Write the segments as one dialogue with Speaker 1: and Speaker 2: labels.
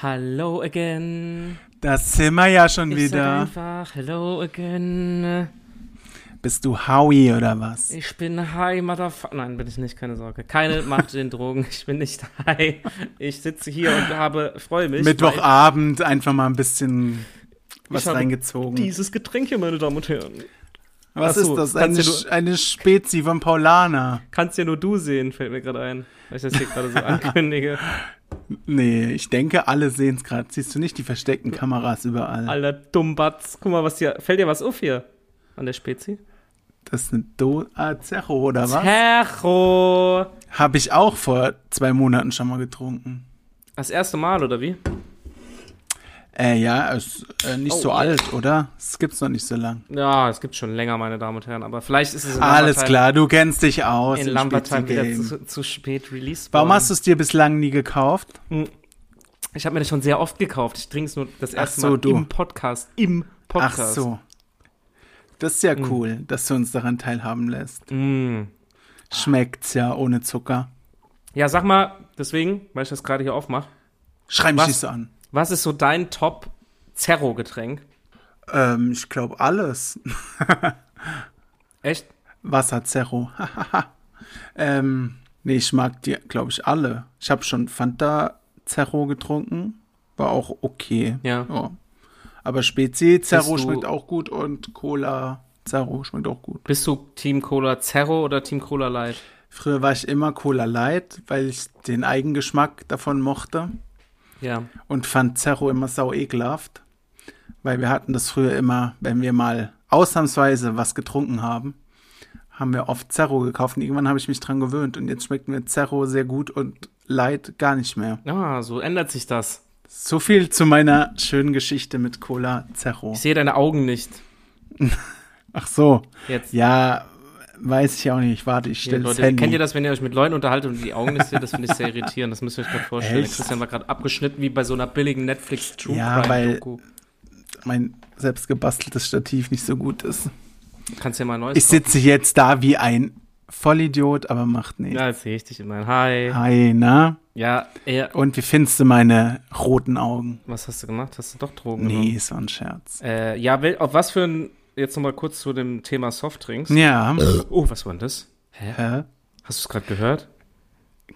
Speaker 1: Hello again.
Speaker 2: Das sind wir ja schon
Speaker 1: Ich sag
Speaker 2: wieder.
Speaker 1: einfach Hello again.
Speaker 2: Bist du Howie oder was?
Speaker 1: Ich bin high, Motherfucker. Nein, bin ich nicht, keine Sorge. Keine macht den Drogen. Ich bin nicht high. Ich sitze hier und habe, freue mich. weil
Speaker 2: Mittwochabend einfach mal ein bisschen was
Speaker 1: habe
Speaker 2: reingezogen.
Speaker 1: Dieses Getränk hier, meine Damen und Herren.
Speaker 2: Was
Speaker 1: Ach so,
Speaker 2: ist das?
Speaker 1: kannst
Speaker 2: Eine,
Speaker 1: du-
Speaker 2: Sch- eine Spezi von Paulaner.
Speaker 1: Kannst ja nur du sehen, fällt mir gerade ein. Weil ich das hier gerade so ankündige.
Speaker 2: Nee, ich denke, alle sehen es gerade. Siehst du nicht die versteckten Kameras überall?
Speaker 1: Alter Dummbatz. Guck mal, was hier. Fällt dir was auf hier? An der Spezi?
Speaker 2: Das ist eine Do ah, Zerro oder was?
Speaker 1: Terro.
Speaker 2: Habe ich auch vor zwei Monaten schon mal getrunken.
Speaker 1: Das erste Mal, oder wie?
Speaker 2: Äh, ja, ist äh, nicht
Speaker 1: Oh.
Speaker 2: so alt, oder? Das gibt's noch nicht so lang.
Speaker 1: Ja, es gibt schon länger, meine Damen und Herren. Aber vielleicht ist es in
Speaker 2: Alles
Speaker 1: Lambertheim-
Speaker 2: klar, du kennst dich aus.
Speaker 1: in
Speaker 2: im
Speaker 1: Lambertheim wieder
Speaker 2: Spezi-Game.
Speaker 1: zu, zu spät released
Speaker 2: Warum
Speaker 1: worden.
Speaker 2: hast du es dir bislang nie gekauft?
Speaker 1: Ich habe mir das schon sehr oft gekauft. Ich trinke es nur das erste
Speaker 2: so,
Speaker 1: Mal
Speaker 2: du.
Speaker 1: im Podcast. Im Podcast. Hm.
Speaker 2: Ach so. Das ist ja cool, dass du uns daran teilhaben lässt.
Speaker 1: Mm.
Speaker 2: Schmeckt's ja ohne Zucker.
Speaker 1: Ja, sag mal, deswegen, weil ich das gerade hier aufmache,
Speaker 2: Schreib mich
Speaker 1: Was?
Speaker 2: nicht so an.
Speaker 1: was ist so dein Top-Zerro-Getränk?
Speaker 2: Ähm, ich glaube alles.
Speaker 1: Echt?
Speaker 2: Wasser, Zerro. ähm, nee, ich mag die, glaube ich, alle. Ich habe schon Fanta Zerro getrunken. War auch okay.
Speaker 1: Ja.
Speaker 2: Ja. Aber Spezi Zerro
Speaker 1: Bist du-
Speaker 2: schmeckt auch gut und Cola Zerro schmeckt auch gut.
Speaker 1: Bist du Team Cola Zerro oder Team Cola Light?
Speaker 2: Früher war ich immer Cola Light, weil ich den Eigengeschmack davon mochte.
Speaker 1: Ja.
Speaker 2: und fand Zerro immer sau ekelhaft, weil wir hatten das früher immer, wenn wir mal ausnahmsweise was getrunken haben, haben wir oft Zerro gekauft und irgendwann habe ich mich dran gewöhnt und jetzt schmeckt mir Zerro sehr gut und Light gar nicht mehr.
Speaker 1: Ah, so ändert sich das.
Speaker 2: So viel zu meiner schönen Geschichte mit Cola Zerro.
Speaker 1: Ich sehe deine Augen nicht.
Speaker 2: Ach so,
Speaker 1: Jetzt.
Speaker 2: ja, weiß ich auch nicht. Warte, ich
Speaker 1: Hier,
Speaker 2: stelle das
Speaker 1: Leute, kennt ihr
Speaker 2: Handy.
Speaker 1: das, wenn ihr euch mit Leuten unterhaltet und die Augen nicht seht? Das finde ich sehr irritierend. Das müsst ihr euch gerade vorstellen.
Speaker 2: Echt?
Speaker 1: Christian war gerade abgeschnitten wie bei so einer billigen Netflix True
Speaker 2: Ja,
Speaker 1: Crime
Speaker 2: weil-
Speaker 1: Doku.
Speaker 2: Mein selbst gebasteltes Stativ nicht so gut ist.
Speaker 1: Kannst ja mal ein neues
Speaker 2: Ich sitze jetzt da wie ein Vollidiot, aber macht nichts.
Speaker 1: Ja, jetzt sehe ich dich immerhin. Hi.
Speaker 2: Hi, na?
Speaker 1: Ja, äh,
Speaker 2: Und wie findest du meine roten Augen?
Speaker 1: was hast du gemacht? Hast du doch Drogen
Speaker 2: Nee,
Speaker 1: genommen?
Speaker 2: es war ein Scherz.
Speaker 1: Äh, ja, wel- auf was für ein, jetzt nochmal kurz zu dem Thema Softdrinks.
Speaker 2: Ja,
Speaker 1: Oh, was war denn das? Hä?
Speaker 2: äh,
Speaker 1: Hast du es gerade gehört?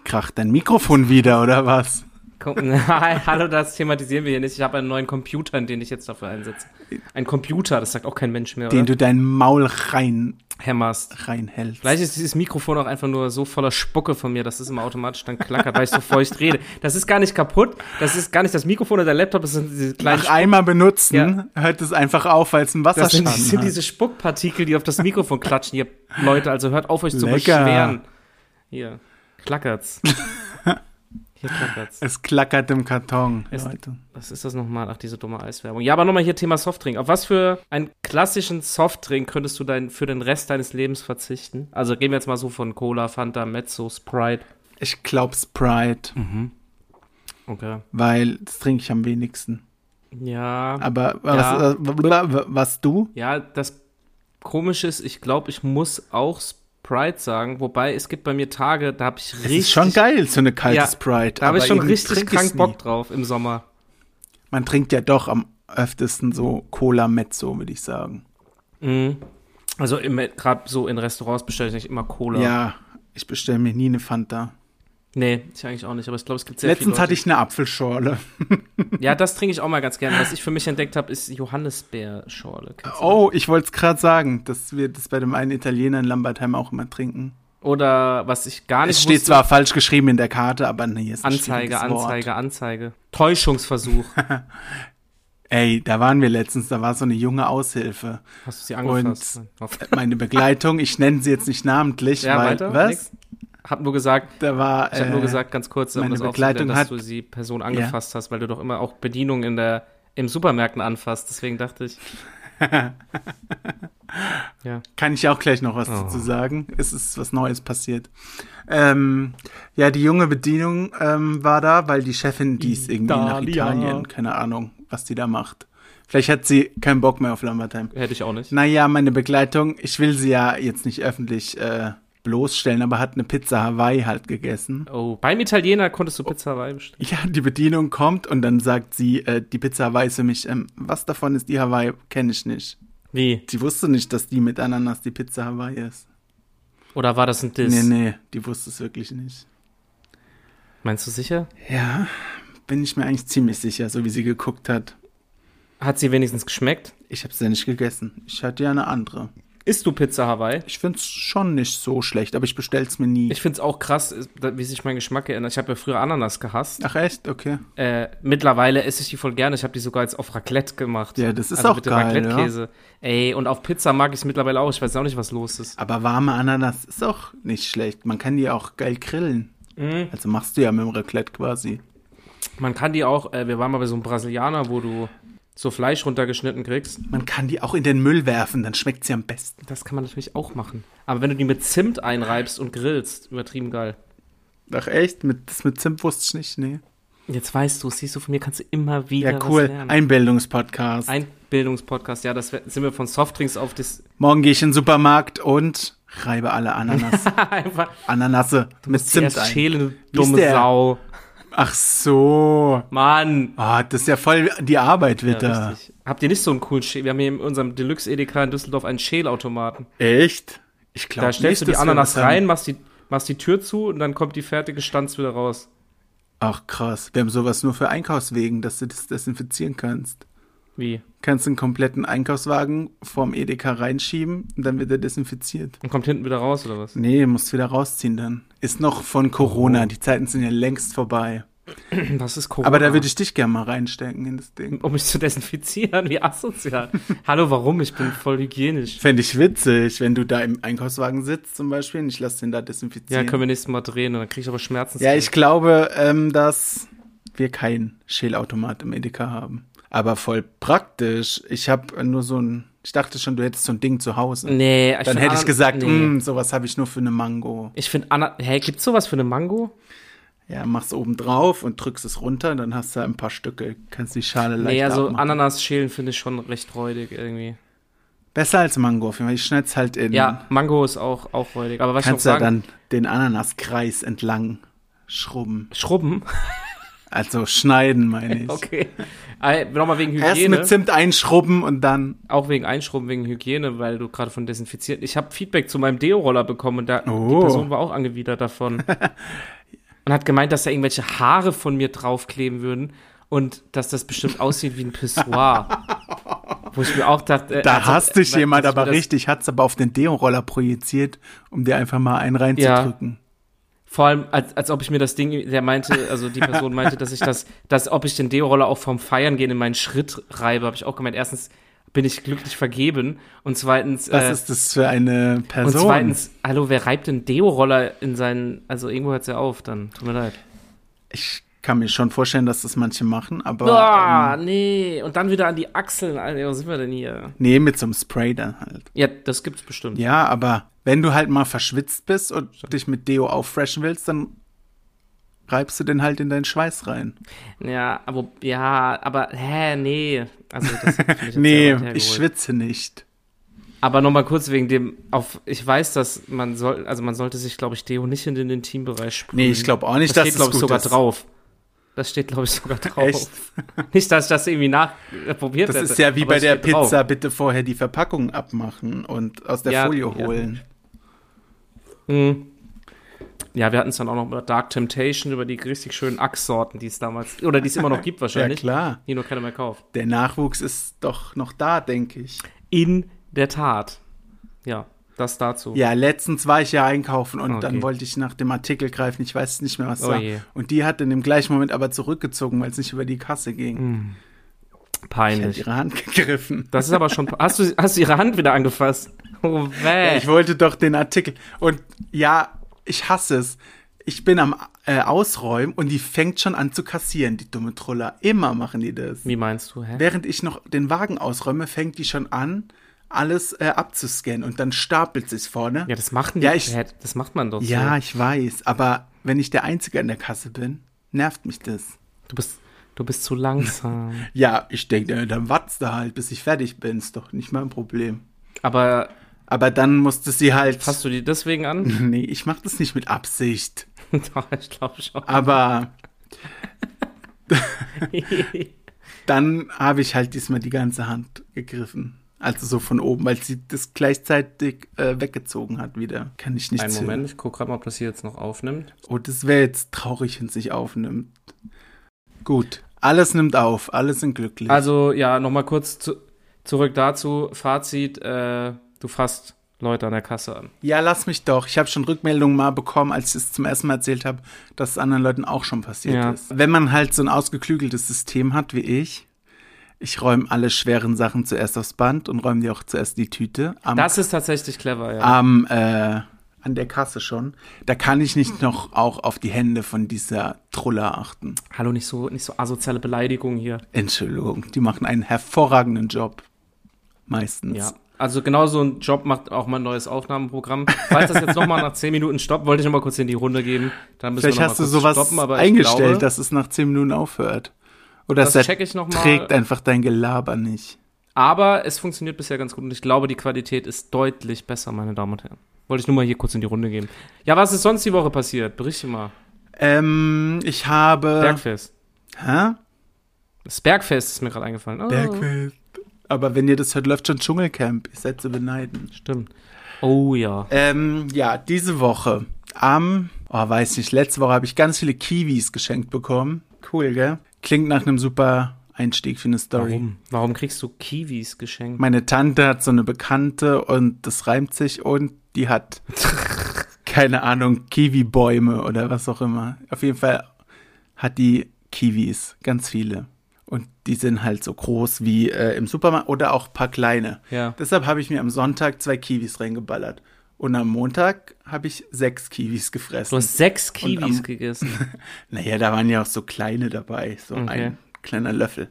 Speaker 2: kracht dein Mikrofon wieder, oder was?
Speaker 1: Komm, nein, hallo, das thematisieren wir hier nicht. Ich habe einen neuen Computer, den ich jetzt dafür einsetze. Ein Computer, das sagt auch kein Mensch mehr,
Speaker 2: Den
Speaker 1: oder?
Speaker 2: du dein Maul rein,
Speaker 1: Hämmerst.
Speaker 2: reinhältst.
Speaker 1: Vielleicht ist dieses Mikrofon auch einfach nur so voller Spucke von mir, dass es immer automatisch dann klackert, weil ich so feucht rede. Das ist gar nicht kaputt, das ist gar nicht das Mikrofon oder der Laptop, das sind diese kleinen
Speaker 2: Nach einmal benutzen, hört es einfach auf, weil es einen
Speaker 1: Das sind,
Speaker 2: Wasserschaden
Speaker 1: das sind
Speaker 2: hat.
Speaker 1: diese Spuckpartikel, die auf das Mikrofon klatschen. Ihr Leute, also hört auf, euch zu
Speaker 2: Lecker.
Speaker 1: beschweren. Hier, klackert's. Hier klackert's.
Speaker 2: es klackert im Karton,
Speaker 1: Es-
Speaker 2: Leute.
Speaker 1: Was ist das nochmal? Ach, diese dumme Eiswerbung. Ja, aber nochmal hier Thema Softdrink. Auf was für einen klassischen Softdrink könntest du dein, für den Rest deines Lebens verzichten? Also gehen wir jetzt mal so von Cola, Fanta, Mezzo, Sprite.
Speaker 2: Ich glaub Sprite,
Speaker 1: Mhm. Okay.
Speaker 2: weil das trinke ich am wenigsten.
Speaker 1: Ja.
Speaker 2: Aber
Speaker 1: Ja.
Speaker 2: was, äh, was du?
Speaker 1: Ja, das Komische ist, ich glaube, ich muss auch Sprite sagen. Wobei, es gibt bei mir Tage, da habe ich
Speaker 2: Es
Speaker 1: richtig
Speaker 2: ist schon geil, so eine kalte
Speaker 1: Ja,
Speaker 2: Sprite.
Speaker 1: Da habe ich
Speaker 2: aber
Speaker 1: schon
Speaker 2: irgendwie
Speaker 1: richtig
Speaker 2: trink ich's
Speaker 1: krank
Speaker 2: nie.
Speaker 1: Bock drauf im Sommer.
Speaker 2: Man trinkt ja doch am öftesten so Cola Mezzo, würde ich sagen.
Speaker 1: Mhm. Also gerade so in Restaurants bestelle ich nicht immer Cola.
Speaker 2: Ja, ich bestelle mir nie eine Fanta.
Speaker 1: Nee, ich eigentlich auch nicht, aber ich glaube, es gibt sehr
Speaker 2: Letztens
Speaker 1: viele
Speaker 2: hatte
Speaker 1: Leute.
Speaker 2: ich eine Apfelschorle.
Speaker 1: Ja, das trinke ich auch mal ganz gerne. Was ich für mich entdeckt habe, ist Johannisbeerschorle. Kennst du
Speaker 2: Oh, ich wollte es gerade sagen, dass wir das bei dem einen Italiener in Lambertheim auch immer trinken.
Speaker 1: das? Oder was ich gar nicht
Speaker 2: es steht
Speaker 1: wusste,
Speaker 2: zwar falsch geschrieben in der Karte, aber nee, ist ein
Speaker 1: Anzeige,
Speaker 2: schwieriges Wort.
Speaker 1: Anzeige, Anzeige. Täuschungsversuch.
Speaker 2: Ey, da waren wir letztens, da war so eine junge Aushilfe.
Speaker 1: Hast du sie angefasst? Nein. Auf-
Speaker 2: Meine Begleitung, ich nenne sie jetzt nicht namentlich,
Speaker 1: Ja,
Speaker 2: weil,
Speaker 1: weiter?
Speaker 2: was?
Speaker 1: Nix? Hab nur gesagt,
Speaker 2: Da war,
Speaker 1: ich habe nur
Speaker 2: äh,
Speaker 1: gesagt, ganz kurz, um
Speaker 2: meine
Speaker 1: das aufzuklären,
Speaker 2: Begleitung
Speaker 1: dass
Speaker 2: hat-
Speaker 1: du die Person angefasst hast, weil du doch immer auch Bedienung in der, im Supermärkten anfasst. Deswegen dachte ich, ja.
Speaker 2: Kann ich auch gleich noch was
Speaker 1: Oh.
Speaker 2: dazu sagen. Es ist was Neues passiert. Ähm, ja, die junge Bedienung ähm, war da, weil die Chefin, die ist irgendwie nach
Speaker 1: Italia.
Speaker 2: Italien. Keine Ahnung, was die da macht. Vielleicht hat sie keinen Bock mehr auf Lambertheim.
Speaker 1: Hätte ich auch nicht.
Speaker 2: Naja, meine Begleitung, ich will sie ja jetzt nicht öffentlich äh, bloßstellen, aber hat eine Pizza Hawaii halt gegessen.
Speaker 1: Oh, beim Italiener konntest du
Speaker 2: Oh.
Speaker 1: Pizza Hawaii bestellen.
Speaker 2: Ja, die Bedienung kommt und dann sagt sie, äh, die Pizza Hawaii ist für mich, ähm, was davon ist die Hawaii, kenne ich nicht.
Speaker 1: Wie?
Speaker 2: Die wusste nicht, dass die mit Ananas die Pizza Hawaii ist.
Speaker 1: Oder war das ein Diss?
Speaker 2: Nee, nee, die wusste es wirklich nicht.
Speaker 1: Meinst du sicher?
Speaker 2: Ja, bin ich mir eigentlich ziemlich sicher, so wie sie geguckt hat.
Speaker 1: Hat sie wenigstens geschmeckt?
Speaker 2: Ich hab's ja nicht gegessen. Ich hatte ja eine andere.
Speaker 1: Isst du Pizza Hawaii?
Speaker 2: Ich find's schon nicht so schlecht, aber ich bestell's mir nie.
Speaker 1: Ich find's auch krass, ist- da- wie sich mein Geschmack erinnert. Ich habe ja früher Ananas gehasst.
Speaker 2: Ach echt? Okay.
Speaker 1: Äh, mittlerweile esse ich die voll gerne. Ich habe die sogar jetzt auf Raclette gemacht. Also
Speaker 2: Ja, das ist auch geil,
Speaker 1: Raclette-Käse. Ey, und auf Pizza mag ich es mittlerweile auch. Ich weiß auch nicht, was los ist.
Speaker 2: Aber warme Ananas ist auch nicht schlecht. Man kann die auch geil grillen. Also machst du ja mit dem Raclette quasi.
Speaker 1: Man kann die auch, äh, wir waren mal bei so einem Brasilianer, wo du so Fleisch runtergeschnitten kriegst.
Speaker 2: Man kann die auch in den Müll werfen, dann schmeckt sie am besten.
Speaker 1: Das kann man natürlich auch machen. Aber wenn du die mit Zimt einreibst und grillst, übertrieben geil.
Speaker 2: Ach echt? Mit, das mit Zimt wusste ich nicht, nee.
Speaker 1: Jetzt weißt du, siehst du, von mir kannst du immer wieder
Speaker 2: Ja,
Speaker 1: was
Speaker 2: cool.
Speaker 1: lernen.
Speaker 2: Einbildungspodcast.
Speaker 1: Ein Bildungspodcast, ja, das wär- sind wir von Softdrinks auf das
Speaker 2: Morgen gehe ich in den Supermarkt und reibe alle Ananas.
Speaker 1: einfach
Speaker 2: Ananasse mit Zimt
Speaker 1: erst
Speaker 2: ein.
Speaker 1: schälen, du
Speaker 2: Wie ist
Speaker 1: dumme
Speaker 2: der?
Speaker 1: Sau.
Speaker 2: Ach so.
Speaker 1: Mann.
Speaker 2: Ah, das ist ja voll die Arbeit, bitte.
Speaker 1: Ja, richtig. Habt ihr nicht so einen coolen Schäl? Wir haben hier in unserem Deluxe Edeka in Düsseldorf einen Schälautomaten.
Speaker 2: Echt? Ich glaube
Speaker 1: Da stellst
Speaker 2: nicht,
Speaker 1: du die
Speaker 2: dass wir
Speaker 1: Ananas
Speaker 2: das haben.
Speaker 1: rein, machst die, machst die Tür zu und dann kommt die fertige Stanz wieder raus.
Speaker 2: Ach krass, wir haben sowas nur für Einkaufswegen, dass du das desinfizieren kannst.
Speaker 1: Wie?
Speaker 2: Kannst einen kompletten Einkaufswagen vorm Edeka reinschieben und dann wird er desinfiziert.
Speaker 1: Und kommt hinten wieder raus oder was?
Speaker 2: Nee, musst wieder rausziehen dann. Ist noch von Corona,
Speaker 1: Oh.
Speaker 2: die Zeiten sind ja längst vorbei.
Speaker 1: Was ist Corona?
Speaker 2: Aber da würde ich dich gerne mal reinstecken in das Ding.
Speaker 1: um mich zu desinfizieren, wie asozial. Hallo, warum? Ich bin voll hygienisch.
Speaker 2: Fände ich witzig, wenn du da im Einkaufswagen sitzt zum Beispiel und ich lasse den da
Speaker 1: Ja,
Speaker 2: desinfizieren.
Speaker 1: können wir nächstes Mal drehen und dann krieg ich aber Schmerzen.
Speaker 2: Ja, ich glaube, ähm, dass wir keinen Schälautomat im Edeka haben. Aber voll praktisch. Ich habe nur so ein. Ich dachte schon, du hättest so ein Ding zu Hause.
Speaker 1: Nee, ich
Speaker 2: Dann
Speaker 1: find
Speaker 2: hätte ich
Speaker 1: Anan-
Speaker 2: gesagt,
Speaker 1: nee.
Speaker 2: "Mm, sowas habe ich nur für eine Mango.
Speaker 1: Ich finde Anna. Hä, gibt's sowas für eine Mango?
Speaker 2: Ja, mach's oben drauf und drückst es runter, dann hast du ein paar Stücke. Kannst die Schale leicht
Speaker 1: Nee, also
Speaker 2: abmachen.
Speaker 1: Ananas schälen finde ich schon recht räudig irgendwie.
Speaker 2: Mhm. Besser als Mango, auf jeden Fall. Ich schneid's halt in.
Speaker 1: Ja, Mango ist auch, auch räudig. Aber was
Speaker 2: Kannst
Speaker 1: ich
Speaker 2: ja
Speaker 1: noch sagen,
Speaker 2: dann den Ananaskreis entlang schrubben.
Speaker 1: Schrubben.
Speaker 2: Also schneiden, meine ich.
Speaker 1: Okay. Nochmal wegen
Speaker 2: Erst
Speaker 1: Hygiene.
Speaker 2: mit Zimt einschrubben und dann.
Speaker 1: Auch wegen Einschrubben, wegen Hygiene, weil du gerade von desinfiziert. Ich habe Feedback zu meinem Deo-Roller bekommen und da, die
Speaker 2: Oh.
Speaker 1: Person war auch angewidert davon. und hat gemeint, dass da irgendwelche Haare von mir draufkleben würden und dass das bestimmt aussieht wie ein Pissoir. Wo ich mir auch dachte. äh,
Speaker 2: Da
Speaker 1: also,
Speaker 2: hasst dich
Speaker 1: äh,
Speaker 2: jemand
Speaker 1: dass ich mir
Speaker 2: aber
Speaker 1: das-
Speaker 2: richtig, hat's aber auf den Deo-Roller projiziert, um dir einfach mal einen reinzudrücken.
Speaker 1: Vor allem, als, als ob ich mir das Ding, der meinte, also die Person meinte, dass ich das, dass ob ich den Deo-Roller auch vom Feiern gehen in meinen Schritt reibe, habe ich auch gemeint. Erstens bin ich glücklich vergeben und zweitens,
Speaker 2: Was
Speaker 1: äh,
Speaker 2: ist das für eine
Speaker 1: und
Speaker 2: Person?
Speaker 1: zweitens, hallo, wer reibt den Deo-Roller in seinen, also irgendwo hört's ja auf, dann tut mir leid.
Speaker 2: ich kann mir schon vorstellen, dass das manche machen, aber ähm,
Speaker 1: Ah, nee, und dann wieder an die Achseln, Alter, wo sind wir denn hier?
Speaker 2: ähm, nee, mit so einem Spray dann halt.
Speaker 1: Ja, das gibt's bestimmt.
Speaker 2: Ja, aber wenn du halt mal verschwitzt bist und dich mit Deo auffreshen willst, dann reibst du den halt in deinen Schweiß rein.
Speaker 1: Ja, aber, ja, aber, hä, nee. Also, das ist für mich jetzt
Speaker 2: Nee,
Speaker 1: sehr weit hergeholt.
Speaker 2: ich schwitze nicht.
Speaker 1: Aber nochmal kurz wegen dem, auf, ich weiß, dass man soll, also man sollte sich, glaube ich, Deo nicht in den Intimbereich sprühen.
Speaker 2: Nee, ich glaube auch
Speaker 1: Mhm. das
Speaker 2: nicht,
Speaker 1: steht,
Speaker 2: dass
Speaker 1: glaube
Speaker 2: das
Speaker 1: ich,
Speaker 2: gut
Speaker 1: sogar
Speaker 2: ist.
Speaker 1: drauf. Das steht, glaube ich, sogar drauf.
Speaker 2: Echt?
Speaker 1: Nicht, dass ich das irgendwie nachprobiert
Speaker 2: Das
Speaker 1: hätte.
Speaker 2: ist ja wie
Speaker 1: aber
Speaker 2: bei
Speaker 1: es
Speaker 2: der
Speaker 1: steht drauf.
Speaker 2: Pizza, bitte vorher die Verpackung abmachen und aus der
Speaker 1: Ja,
Speaker 2: Folie
Speaker 1: ja.
Speaker 2: holen.
Speaker 1: Mhm. Ja, wir hatten es dann auch noch über Dark Temptation, über die richtig schönen Achssorten, die es damals, oder die es immer noch gibt
Speaker 2: Ja,
Speaker 1: wahrscheinlich,
Speaker 2: klar.
Speaker 1: die nur keiner mehr kauft.
Speaker 2: Der Nachwuchs ist doch noch da, denke ich.
Speaker 1: In der Tat. Ja, das dazu.
Speaker 2: Ja, letztens war ich ja einkaufen und
Speaker 1: Okay.
Speaker 2: dann wollte ich nach dem Artikel greifen. Ich weiß nicht mehr, was
Speaker 1: Oh
Speaker 2: war.
Speaker 1: je.
Speaker 2: Und die hat in dem gleichen Moment aber zurückgezogen, weil es nicht über die Kasse ging.
Speaker 1: Mhm.
Speaker 2: Ich hätte
Speaker 1: Peinlich.
Speaker 2: ihre Hand gegriffen.
Speaker 1: Das ist aber schon, hast du, hast du ihre Hand wieder angefasst? Oh, weh.
Speaker 2: Ja, ich wollte doch den Artikel. Und ja, ich hasse es. Ich bin am äh, Ausräumen und die fängt schon an zu kassieren, die dumme Troller. Immer machen die das.
Speaker 1: Wie meinst du, hä?
Speaker 2: Während ich noch den Wagen ausräume, fängt die schon an, alles äh, abzuscannen. Und dann stapelt sich's vorne.
Speaker 1: Ja, das macht
Speaker 2: Ja,
Speaker 1: ja,
Speaker 2: ich-
Speaker 1: das macht man doch
Speaker 2: Ja, ich weiß, aber wenn ich der Einzige an der Kasse bin, nervt mich das.
Speaker 1: so. Du bist, du bist zu langsam.
Speaker 2: Ja, ich denke, dann wartest du halt, bis ich fertig bin, ist doch nicht mein Problem.
Speaker 1: Aber
Speaker 2: Aber dann musste sie halt.
Speaker 1: Fasst du die deswegen an?
Speaker 2: Nee, ich mache das nicht mit Absicht.
Speaker 1: Doch, ich glaube schon.
Speaker 2: Ah, Aber dann habe ich halt diesmal die ganze Hand gegriffen. Also so von oben, weil sie das gleichzeitig äh, weggezogen hat wieder. Kann ich nicht
Speaker 1: Einen Moment, ich gucke gerade mal, ob das hier jetzt noch aufnimmt.
Speaker 2: Oh, das wäre jetzt traurig, wenn es nicht aufnimmt. Gut. Alles nimmt auf, alles sind glücklich.
Speaker 1: Also, ja, nochmal kurz zu, zurück dazu. Fazit, äh, du fasst Leute an der Kasse an.
Speaker 2: ja, lass mich doch. Ich habe schon Rückmeldungen mal bekommen, als ich es zum ersten Mal erzählt habe, dass es anderen Leuten auch schon passiert
Speaker 1: Ja.
Speaker 2: ist. Wenn man halt so ein ausgeklügeltes System hat wie ich, ich räume alle schweren Sachen zuerst aufs Band und räume dir auch zuerst in die Tüte. Am
Speaker 1: Das ist tatsächlich clever, ja.
Speaker 2: am, äh, an der Kasse schon. Da kann ich nicht noch auch auf die Hände von dieser Trulla achten.
Speaker 1: Hallo, nicht so, nicht so asoziale Beleidigung hier.
Speaker 2: Entschuldigung, die machen einen hervorragenden Job. Meistens.
Speaker 1: Ja. Also genau so ein Job macht auch mal ein neues Aufnahmeprogramm. Falls das jetzt nochmal nach 10 Minuten stoppt, wollte ich nochmal kurz in die Runde geben. Dann müssen
Speaker 2: Vielleicht
Speaker 1: wir noch
Speaker 2: hast
Speaker 1: mal
Speaker 2: du
Speaker 1: kurz
Speaker 2: sowas
Speaker 1: stoppen, aber ich
Speaker 2: eingestellt,
Speaker 1: glaube,
Speaker 2: dass es nach 10 Minuten aufhört. Oder
Speaker 1: Das
Speaker 2: es
Speaker 1: check ich noch mal.
Speaker 2: trägt einfach dein Gelaber nicht.
Speaker 1: Aber es funktioniert bisher ganz gut und ich glaube, die Qualität ist deutlich besser, meine Damen und Herren. Wollte ich nur mal hier kurz in die Runde geben. Ja, was ist sonst die Woche passiert? Berichte mal.
Speaker 2: Ähm, ich habe.
Speaker 1: Bergfest.
Speaker 2: Hä?
Speaker 1: Das Bergfest ist mir gerade eingefallen. Oh,
Speaker 2: Bergfest. Aber wenn ihr das hört, läuft schon Dschungelcamp. Ihr seid zu beneiden.
Speaker 1: Stimmt. Oh ja.
Speaker 2: Ähm, ja, diese Woche. Am, oh, weiß nicht, letzte Woche habe ich ganz viele Kiwis geschenkt bekommen. Cool, gell? Klingt nach einem super Einstieg für eine Story.
Speaker 1: Warum? Warum kriegst du Kiwis geschenkt?
Speaker 2: Meine Tante hat so eine Bekannte und das reimt sich und die hat, keine Ahnung, Kiwi-Bäume oder was auch immer. Auf jeden Fall hat die Kiwis, ganz viele. Und die sind halt so groß wie äh, im Supermarkt oder auch ein paar kleine.
Speaker 1: Ja.
Speaker 2: Deshalb habe ich mir am Sonntag zwei Kiwis reingeballert. Und am Montag habe ich sechs Kiwis gefressen.
Speaker 1: Du hast sechs
Speaker 2: Und
Speaker 1: Kiwis
Speaker 2: am-
Speaker 1: gegessen.
Speaker 2: Naja, da waren ja auch so kleine dabei, so
Speaker 1: Okay.
Speaker 2: ein kleiner Löffel.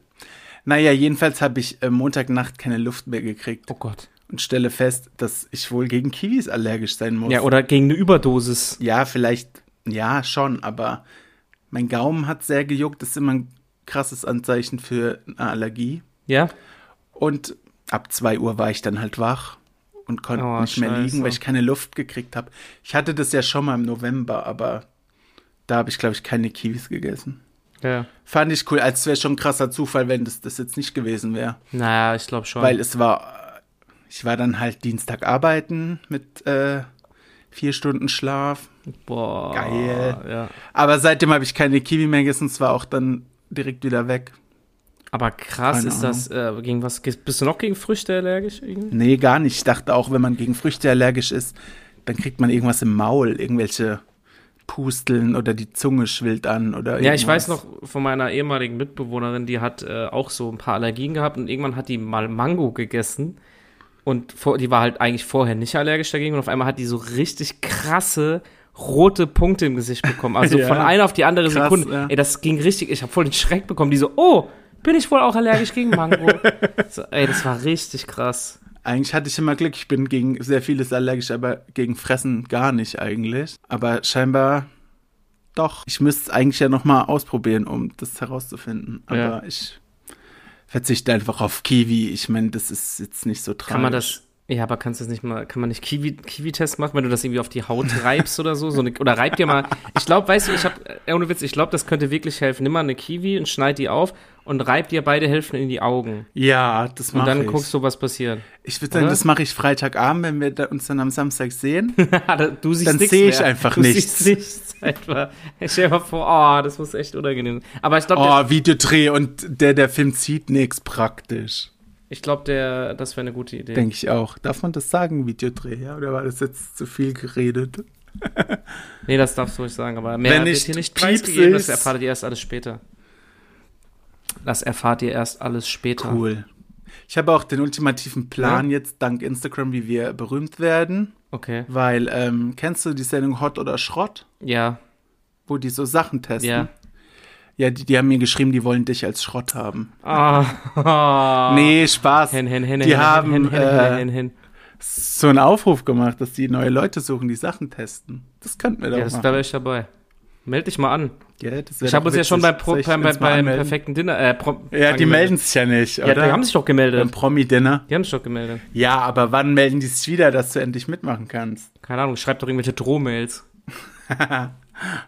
Speaker 2: Naja, jedenfalls habe ich äh, Montagnacht keine Luft mehr gekriegt
Speaker 1: Oh Gott.
Speaker 2: und stelle fest, dass ich wohl gegen Kiwis allergisch sein muss.
Speaker 1: Ja, oder gegen eine Überdosis.
Speaker 2: ja, vielleicht, ja, schon, aber mein Gaumen hat sehr gejuckt, das ist immer ein krasses Anzeichen für eine Allergie.
Speaker 1: Ja?
Speaker 2: Und ab 2 Uhr war ich dann halt wach und konnte
Speaker 1: Oh,
Speaker 2: nicht mehr liegen,
Speaker 1: scheiße.
Speaker 2: weil ich keine Luft gekriegt habe. Ich hatte das ja schon mal im November, aber da habe ich, glaube ich, keine Kiwis gegessen.
Speaker 1: Ja.
Speaker 2: Fand ich cool, als wäre schon ein krasser Zufall, wenn das, das jetzt nicht gewesen wäre.
Speaker 1: Naja, ich glaube schon.
Speaker 2: Weil es war, ich war dann halt Dienstag arbeiten mit äh, vier Stunden Schlaf.
Speaker 1: Boah.
Speaker 2: Geil.
Speaker 1: Ja.
Speaker 2: Aber seitdem habe ich keine Kiwi mehr gegessen, es war auch dann direkt wieder weg.
Speaker 1: Aber krass
Speaker 2: Keine
Speaker 1: ist das, äh, gegen was, bist du noch gegen Früchte allergisch irgendwie?
Speaker 2: Nee, gar nicht. Ich dachte auch, wenn man gegen Früchte allergisch ist, dann kriegt man irgendwas im Maul, irgendwelche Pusteln oder die Zunge schwillt an oder
Speaker 1: Ja, ich
Speaker 2: irgendwas.
Speaker 1: weiß noch von meiner ehemaligen Mitbewohnerin, die hat äh, auch so ein paar Allergien gehabt und irgendwann hat die mal Mango gegessen und vor, die war halt eigentlich vorher nicht allergisch dagegen und auf einmal hat die so richtig krasse rote Punkte im Gesicht bekommen. Also
Speaker 2: Ja.
Speaker 1: von einer auf die andere
Speaker 2: Krass,
Speaker 1: Sekunde.
Speaker 2: ja.
Speaker 1: Ey, das ging richtig, ich habe voll den Schreck bekommen, die so, oh, bin ich wohl auch allergisch gegen Mango? so, ey, das war richtig krass.
Speaker 2: Eigentlich hatte ich immer Glück. Ich bin gegen sehr vieles allergisch, aber gegen Fressen gar nicht eigentlich. Aber scheinbar doch. Ich müsste es eigentlich ja nochmal ausprobieren, um das herauszufinden. Aber
Speaker 1: Ja.
Speaker 2: ich verzichte einfach auf Kiwi. Ich meine, das ist jetzt nicht so tragisch.
Speaker 1: Kann man das. Ja, aber kannst du das nicht mal, kann man nicht Kiwi, Kiwi-Test machen, wenn du das irgendwie auf die Haut reibst oder so? so eine, oder reib dir mal, ich glaube, weißt du, ich habe, ohne Witz, ich glaube, das könnte wirklich helfen. Nimm mal eine Kiwi und schneid die auf und reib dir beide Hälften in die Augen.
Speaker 2: Ja, das
Speaker 1: Und
Speaker 2: mache
Speaker 1: dann
Speaker 2: ich.
Speaker 1: guckst du, was passiert.
Speaker 2: ich würde sagen,
Speaker 1: oder?
Speaker 2: das mache ich Freitagabend, wenn wir da- uns dann am Samstag sehen.
Speaker 1: du siehst
Speaker 2: Dann
Speaker 1: nichts
Speaker 2: seh ich
Speaker 1: mehr.
Speaker 2: einfach
Speaker 1: du
Speaker 2: nichts.
Speaker 1: Siehst nichts einfach. Ich stell dir mal vor, oh, das muss echt unangenehm sein. Aber ich glaube, der,
Speaker 2: Oh, Videodreh und der, der Film zieht nichts praktisch.
Speaker 1: ich glaube, der, das wäre eine gute Idee.
Speaker 2: Denke ich auch. Darf man das sagen, Videodreh? Ja? Oder war das jetzt zu viel geredet?
Speaker 1: Nee, das darfst du ruhig sagen, aber mehr
Speaker 2: Wenn
Speaker 1: wird
Speaker 2: nicht
Speaker 1: hier nicht
Speaker 2: Pieps
Speaker 1: preisgegeben, das
Speaker 2: ist-
Speaker 1: erfahrt ihr erst alles später. Das erfahrt ihr erst alles später.
Speaker 2: Cool. Ich habe auch den ultimativen Plan jetzt dank Instagram, wie wir berühmt werden,
Speaker 1: Okay.
Speaker 2: weil ähm, kennst du die Sendung Hot oder Schrott,
Speaker 1: Ja,
Speaker 2: wo die so Sachen testen?
Speaker 1: ja.
Speaker 2: Ja, die, die haben mir geschrieben, die wollen dich als Schrott haben.
Speaker 1: Ah.
Speaker 2: Nee, Spaß.
Speaker 1: Hin, hin, hin,
Speaker 2: die
Speaker 1: hin,
Speaker 2: haben
Speaker 1: hin, hin,
Speaker 2: äh,
Speaker 1: hin, hin, hin.
Speaker 2: so einen Aufruf gemacht, dass die neue Leute suchen, die Sachen testen. Das könnten wir
Speaker 1: Ja,
Speaker 2: doch
Speaker 1: das
Speaker 2: machen.
Speaker 1: bleibe ich dabei. Meld dich mal an.
Speaker 2: Ja, das wär
Speaker 1: Ich habe
Speaker 2: doch
Speaker 1: uns ja
Speaker 2: witzig.
Speaker 1: schon beim, Pro,
Speaker 2: Soll ich
Speaker 1: beim,
Speaker 2: uns
Speaker 1: beim,
Speaker 2: mal
Speaker 1: beim
Speaker 2: anmelden?
Speaker 1: perfekten Dinner. Äh, Prom-
Speaker 2: Ja, die
Speaker 1: angemeldet.
Speaker 2: melden sich ja nicht,
Speaker 1: Ja,
Speaker 2: oder?
Speaker 1: die haben sich doch
Speaker 2: beim
Speaker 1: gemeldet.
Speaker 2: Promi-Dinner.
Speaker 1: Die haben sich doch gemeldet.
Speaker 2: Ja, aber wann melden die es wieder, dass du endlich mitmachen kannst?
Speaker 1: Keine Ahnung, schreibt doch irgendwelche Drohmails.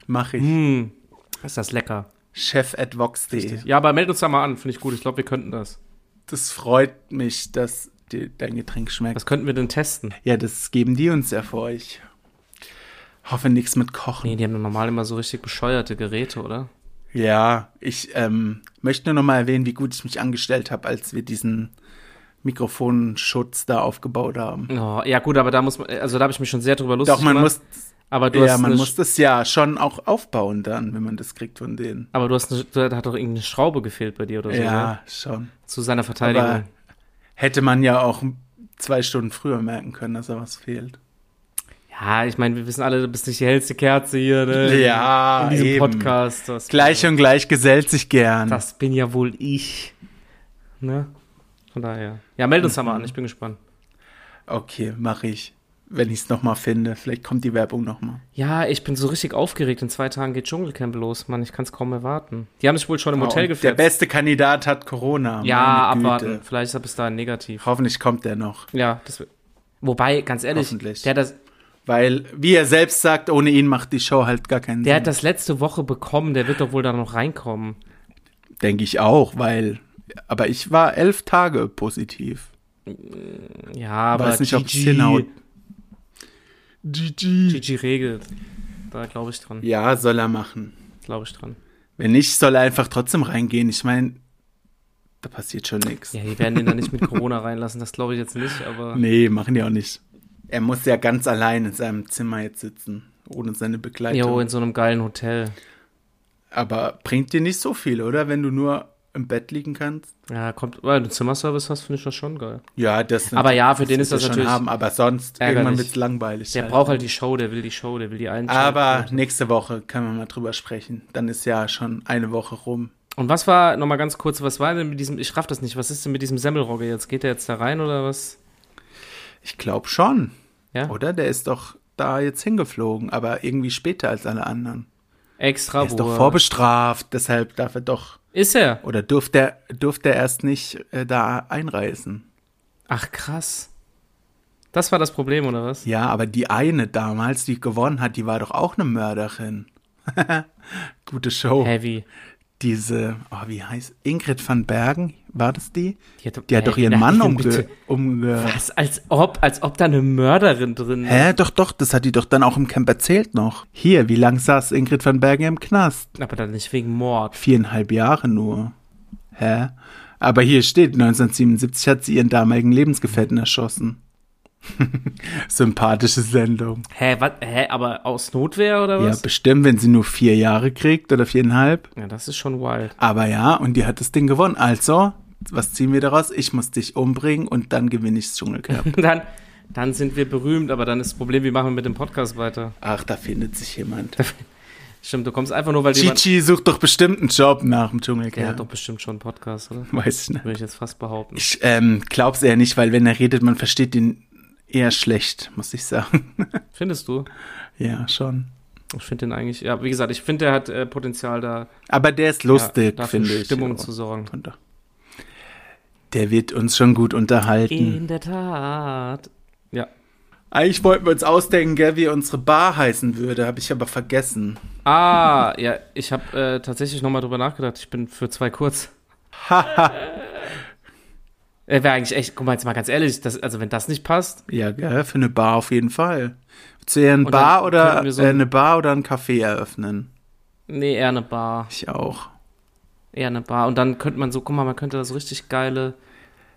Speaker 2: Mach ich.
Speaker 1: Hm, ist das lecker.
Speaker 2: Chef at vox.de.
Speaker 1: Ja, aber meld uns da mal an, finde ich gut. Ich glaube, wir könnten das.
Speaker 2: Das freut mich, dass dir dein Getränk schmeckt.
Speaker 1: Was könnten wir denn testen?
Speaker 2: Ja, das geben die uns ja für euch. Hoffe nichts mit Kochen.
Speaker 1: Nee, die haben doch normal immer so richtig bescheuerte Geräte, oder?
Speaker 2: Ja, ich ähm, möchte nur noch mal erwähnen, wie gut ich mich angestellt habe, als wir diesen Mikrofonschutz da aufgebaut haben.
Speaker 1: Oh, ja, gut, aber da muss man, also da habe ich mich schon sehr drüber lustig
Speaker 2: Doch, man
Speaker 1: gemacht.
Speaker 2: muss,
Speaker 1: aber du
Speaker 2: ja,
Speaker 1: hast
Speaker 2: man
Speaker 1: eine,
Speaker 2: muss das ja schon auch aufbauen dann, wenn man das kriegt von denen.
Speaker 1: Aber du hast eine, da hat doch irgendeine Schraube gefehlt bei dir oder so, ne?
Speaker 2: Ja, schon.
Speaker 1: Zu seiner Verteidigung.
Speaker 2: Aber- Hätte man ja auch zwei Stunden früher merken können, dass da was fehlt.
Speaker 1: ja, ich meine, wir wissen alle, du bist nicht die hellste Kerze hier, ne?
Speaker 2: Ja,
Speaker 1: In diesem
Speaker 2: eben.
Speaker 1: Podcast. Das,
Speaker 2: Gleich und gleich gesellt sich gern.
Speaker 1: Das bin ja wohl ich. Ne? Von daher. Ja, meld uns da mal an, ich bin gespannt.
Speaker 2: Okay, mache ich. Wenn ich es nochmal finde. Vielleicht kommt die Werbung nochmal.
Speaker 1: Ja, ich bin so richtig aufgeregt. In zwei Tagen geht Dschungelcamp los, Mann. Ich kann es kaum erwarten. Die haben sich wohl schon im Hotel
Speaker 2: Oh, Der
Speaker 1: gefährt.
Speaker 2: beste Kandidat hat Corona.
Speaker 1: Ja,
Speaker 2: meine
Speaker 1: abwarten.
Speaker 2: Güte.
Speaker 1: Vielleicht ist er bis dahin negativ.
Speaker 2: Hoffentlich kommt der noch.
Speaker 1: Ja, das wird. Wobei, ganz ehrlich,
Speaker 2: Hoffentlich.
Speaker 1: der hat, das,
Speaker 2: Weil, wie er selbst sagt, ohne ihn macht die Show halt gar keinen
Speaker 1: der
Speaker 2: Sinn.
Speaker 1: hat das letzte Woche bekommen. Der wird doch wohl da noch reinkommen.
Speaker 2: Denke ich auch, weil. Aber ich war elf Tage positiv.
Speaker 1: Ja, aber
Speaker 2: Weiß nicht, ob es
Speaker 1: Gigi,
Speaker 2: hinhaut. GG.
Speaker 1: Gigi regelt. Da glaube ich dran.
Speaker 2: Ja, soll er machen.
Speaker 1: Glaube ich dran.
Speaker 2: Wenn nicht, soll er einfach trotzdem reingehen. Ich meine, da passiert schon nichts.
Speaker 1: Ja, die werden den da nicht mit Corona reinlassen. Das glaube ich jetzt nicht, aber.
Speaker 2: Nee, machen die auch nicht. Er muss ja ganz allein in seinem Zimmer jetzt sitzen, ohne seine Begleitung.
Speaker 1: Jo, in so einem geilen Hotel.
Speaker 2: Aber bringt dir nicht so viel, oder? Wenn du nur im Bett liegen kannst.
Speaker 1: Ja, kommt, weil du Zimmerservice hast, finde ich das schon geil.
Speaker 2: Ja, das.
Speaker 1: Aber ja, für den ist
Speaker 2: wird
Speaker 1: das
Speaker 2: er schon
Speaker 1: natürlich-
Speaker 2: Haben, aber sonst
Speaker 1: ärgerlich.
Speaker 2: irgendwann wird's langweilig.
Speaker 1: Der
Speaker 2: halt.
Speaker 1: braucht halt die Show, der will die Show, der will die Einschaltung.
Speaker 2: Aber nächste Woche können wir mal drüber sprechen. Dann ist ja schon eine Woche rum.
Speaker 1: Und was war, nochmal ganz kurz, was war denn mit diesem, ich raff das nicht, was ist denn mit diesem Semmelrogge jetzt? Geht der jetzt da rein oder was?
Speaker 2: Ich glaube schon,
Speaker 1: Ja?
Speaker 2: oder? Der ist doch da jetzt hingeflogen, aber irgendwie später als alle anderen.
Speaker 1: Extra
Speaker 2: Er ist doch
Speaker 1: Ruhe.
Speaker 2: vorbestraft, deshalb darf er doch.
Speaker 1: Ist er?
Speaker 2: Oder durfte er, durfte er erst nicht äh, da einreisen.
Speaker 1: Ach krass. Das war das Problem, oder was?
Speaker 2: Ja, aber die eine damals, die gewonnen hat, die war doch auch eine Mörderin. Gute Show.
Speaker 1: Heavy.
Speaker 2: Diese, oh, wie heißt Ingrid van Bergen, war das die?
Speaker 1: Die hat,
Speaker 2: Die hat doch
Speaker 1: Hey,
Speaker 2: ihren Mann
Speaker 1: nein,
Speaker 2: umge...
Speaker 1: bitte.
Speaker 2: umge
Speaker 1: Was? Als ob, als ob da eine Mörderin drin ist.
Speaker 2: Hä, doch, doch, das hat die doch dann auch im Camp erzählt noch. Hier, wie lang saß Ingrid van Bergen im Knast?
Speaker 1: Aber dann nicht wegen Mord.
Speaker 2: Viereinhalb Jahre nur. Hä? Aber hier steht, 1977 hat sie ihren damaligen Lebensgefährten erschossen. Sympathische Sendung.
Speaker 1: Hä, was? Hä, aber aus Notwehr oder
Speaker 2: Ja,
Speaker 1: was?
Speaker 2: bestimmt, wenn sie nur vier Jahre kriegt oder viereinhalb.
Speaker 1: Ja, das ist schon wild.
Speaker 2: Aber ja, und die hat das Ding gewonnen. Also, was ziehen wir daraus? Ich muss dich umbringen und dann gewinne ich das Dschungelcamp.
Speaker 1: Dann, dann sind wir berühmt, aber dann ist das Problem, wie machen wir mit dem Podcast weiter?
Speaker 2: Ach, da findet sich jemand.
Speaker 1: Stimmt, du kommst einfach nur, weil jemand.
Speaker 2: Chichi sucht doch bestimmt einen Job nach
Speaker 1: Der
Speaker 2: dem
Speaker 1: hat
Speaker 2: Dschungelcamp.
Speaker 1: doch bestimmt schon einen Podcast, oder?
Speaker 2: Weiß ich nicht.
Speaker 1: Würde ich jetzt fast behaupten.
Speaker 2: Ich ähm, glaub's eher nicht, weil wenn er redet, man versteht ihn eher schlecht, muss ich sagen.
Speaker 1: Findest du?
Speaker 2: ja, schon.
Speaker 1: Ich finde den eigentlich, ja, wie gesagt, ich finde, der hat äh, Potenzial da,
Speaker 2: Aber der ist
Speaker 1: ja,
Speaker 2: lustig,
Speaker 1: da für
Speaker 2: finde ich.
Speaker 1: Stimmung
Speaker 2: Ja.
Speaker 1: zu sorgen.
Speaker 2: Von da- Der wird uns schon gut unterhalten.
Speaker 1: In der Tat. Ja.
Speaker 2: Eigentlich wollten wir uns ausdenken, gell, wie unsere Bar heißen würde, habe ich aber vergessen.
Speaker 1: Ah, ja, ich habe äh, tatsächlich nochmal drüber nachgedacht. Ich bin für zwei kurz. Äh, Wäre eigentlich echt, guck mal, jetzt mal ganz ehrlich, das, also wenn das nicht passt,
Speaker 2: ja, gell, für eine Bar auf jeden Fall. Zu eher eine
Speaker 1: Und dann
Speaker 2: Bar
Speaker 1: könnten
Speaker 2: oder
Speaker 1: wir so
Speaker 2: äh,
Speaker 1: ein-
Speaker 2: eine Bar oder ein Café eröffnen.
Speaker 1: nee, eher eine Bar.
Speaker 2: Ich auch.
Speaker 1: Eher eine Bar. Und dann könnte man so, guck mal, man könnte da so richtig geile